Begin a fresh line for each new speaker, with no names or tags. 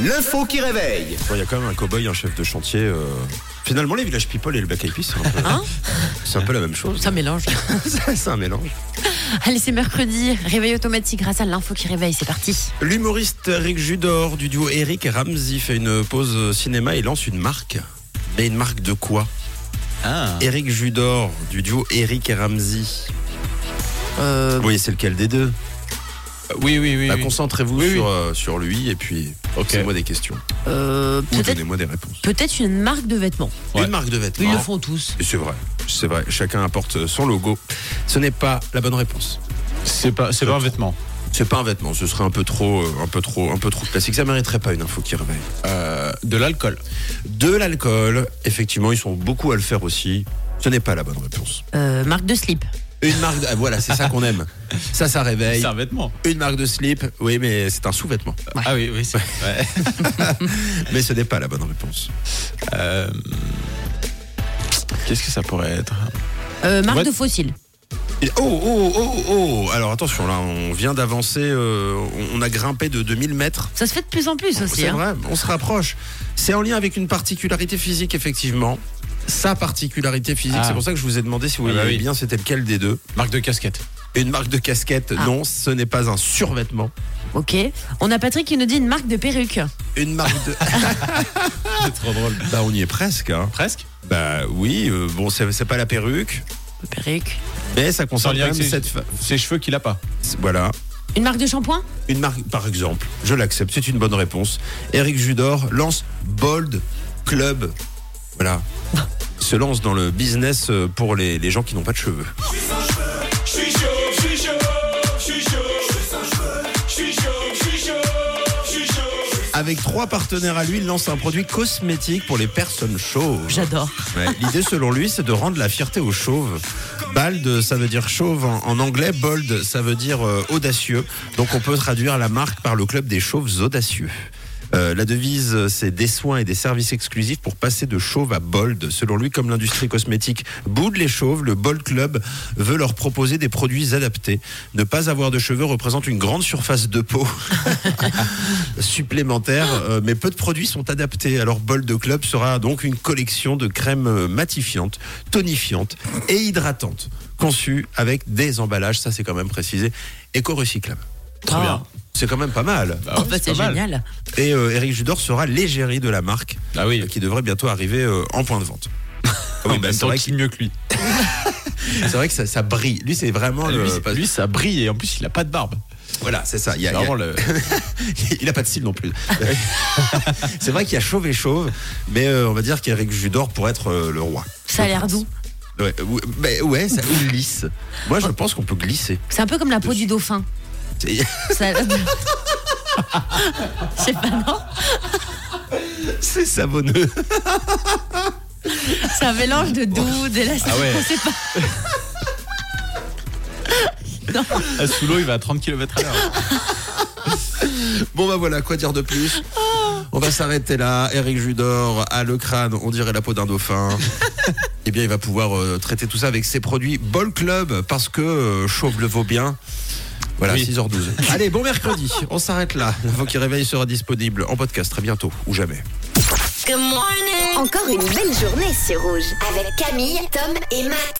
L'info qui réveille.
Bon, Il y a quand même un cow-boy, un chef de chantier. euh, Finalement, les villages people et le bac à épices, c'est un peu- c'est un peu la même chose.
Hein Oh, Ça mélange.
c'est un mélange.
Allez, c'est mercredi. Réveil automatique grâce à l'info qui réveille. C'est parti.
L'humoriste Eric Judor du duo Eric et Ramsey fait une pause cinéma et lance une marque. Mais une marque de quoi
Ah.
Eric Judor du duo Eric et Ramsey.
Euh,
Oui, c'est lequel des deux
Oui, oui, oui.
Bah,
oui.
Concentrez-vous
Oui,
sur, euh, sur lui et puis
Ok.
posez-moi des questions.
euh,
Ou
peut-être,
donnez-moi des réponses.
peut-être une marque de vêtements.
Ouais.
Une marque de
Ils
vêtements.
le font tous.
Et C'est vrai, c'est vrai. Chacun apporte son logo. Ce n'est pas la bonne réponse.
C'est pas, c'est pas un vêtement.
C'est pas un vêtement, ce serait un peu trop, euh, un peu trop, un peu trop classique. Ça mériterait pas une info qui réveille.
Euh, de l'alcool.
De l'alcool, effectivement, ils sont beaucoup à le faire aussi. Ce n'est pas la bonne réponse.
Euh, marque de slip.
Une marque, de- ah, voilà, c'est ça qu'on aime. Ça, ça réveille.
C'est un vêtement.
Une marque de slip, oui, mais c'est un sous-vêtement.
Ah oui, oui. c'est- ouais.
Mais ce n'est pas la bonne réponse.
Euh, Qu'est-ce que ça pourrait être
Euh, marque
Ouais.
de fossile.
Et- Oh, oh, oh, oh, oh. Alors attention, là, on vient d'avancer, euh, on- on a grimpé de 2000 mètres.
Ça se fait de plus en plus aussi.
C'est
hein.
vrai, on se rapproche. C'est en lien avec une particularité physique, effectivement. Sa particularité physique,
Ah.
c'est pour ça que je vous ai demandé si vous
Ah bah
voyez
oui.
bien c'était lequel des deux.
Marque de casquette.
Une marque de casquette,
Ah.
non, ce n'est pas un survêtement.
Ok. On a Patrick qui nous dit une marque de perruque.
Une marque de...
C'est trop drôle.
bah on y est presque. Hein.
Presque.
Bah oui, euh, bon, c'est c'est pas la perruque,
Perruque.
mais ça concerne
lien
quand même
avec ses-
cette... fa-
Ses cheveux qu'il a pas.
Ah.
Voilà.
Une marque de shampoing.
Une marque, par exemple, je l'accepte, c'est une bonne réponse. Eric Judor lance Bold Club. Voilà. Se lance dans le business euh, pour les, les gens qui n'ont pas de cheveux.
Je suis chaud, je suis chaud, je suis chaud, je suis chaud, je suis chaud, je suis chaud.
Avec trois partenaires à lui, il lance un produit cosmétique pour les personnes chauves.
J'adore.
Ouais, L'idée, selon lui, c'est de rendre la fierté aux chauves. Bald, ça veut dire chauve en, en anglais. Bold, ça veut dire euh, audacieux. Donc, on peut traduire la marque par le club des chauves audacieux. Euh, la devise, euh, c'est des soins et des services exclusifs pour passer de chauve à bold. Selon lui, comme l'industrie cosmétique boude les chauves, le Bold Club veut leur proposer des produits adaptés. Ne pas avoir de cheveux représente une grande surface de peau supplémentaires, euh, mais peu de produits sont adaptés. Alors Bold de Club sera donc une collection de crèmes euh, matifiantes, tonifiantes et hydratantes, conçues avec des emballages, ça c'est quand même précisé, éco-recyclables.
Trop
bien.
C'est quand même pas mal.
Bah
Oh,
ouais,
bah, c'est
pas mal.
génial.
Et euh, Eric Judor sera l'égérie de la marque,
Ah oui.
euh, qui devrait bientôt arriver euh, en point de vente. Ah oui, bah, c'est vrai,
qu'il mieux que lui.
que- c'est vrai que ça, ça brille. Ah, Lui, c'est vraiment
Ah, lui,
le.
Euh, lui, ça brille et en plus, il a pas de barbe.
Voilà, c'est ça. Il y a- il y a-
Vraiment, le...
Il n'a pas de style non plus. c'est vrai qu'il y a chauve et chauve, mais euh, on va dire qu'Eric Judor pourrait être euh, le roi.
Ça a l'air doux.
Ouais, ouais, mais ouais, ça ou glisse. Moi, je pense qu'on peut glisser.
C'est un peu comme la peau du dauphin.
C'est-
Ça a l'air de- C'est pas non.
C'est savonneux.
C'est un mélange de doux, d'élastique.
Ah ouais.
On sait pas.
Ah, Sous l'eau, il va à 30 km à l'heure.
Bon, bah voilà, quoi dire de plus On va s'arrêter là. Eric Judor a le crâne, on dirait la peau d'un dauphin. Eh bien, il va pouvoir euh, traiter tout ça avec ses produits Ball Club, parce que euh, chauve le vaut bien. Voilà,
Oui.
6h12. Allez, bon mercredi. On s'arrête là. L'info qui réveille sera disponible en podcast très bientôt, ou jamais.
Encore une belle journée sur Rouge avec Camille, Tom et Matt.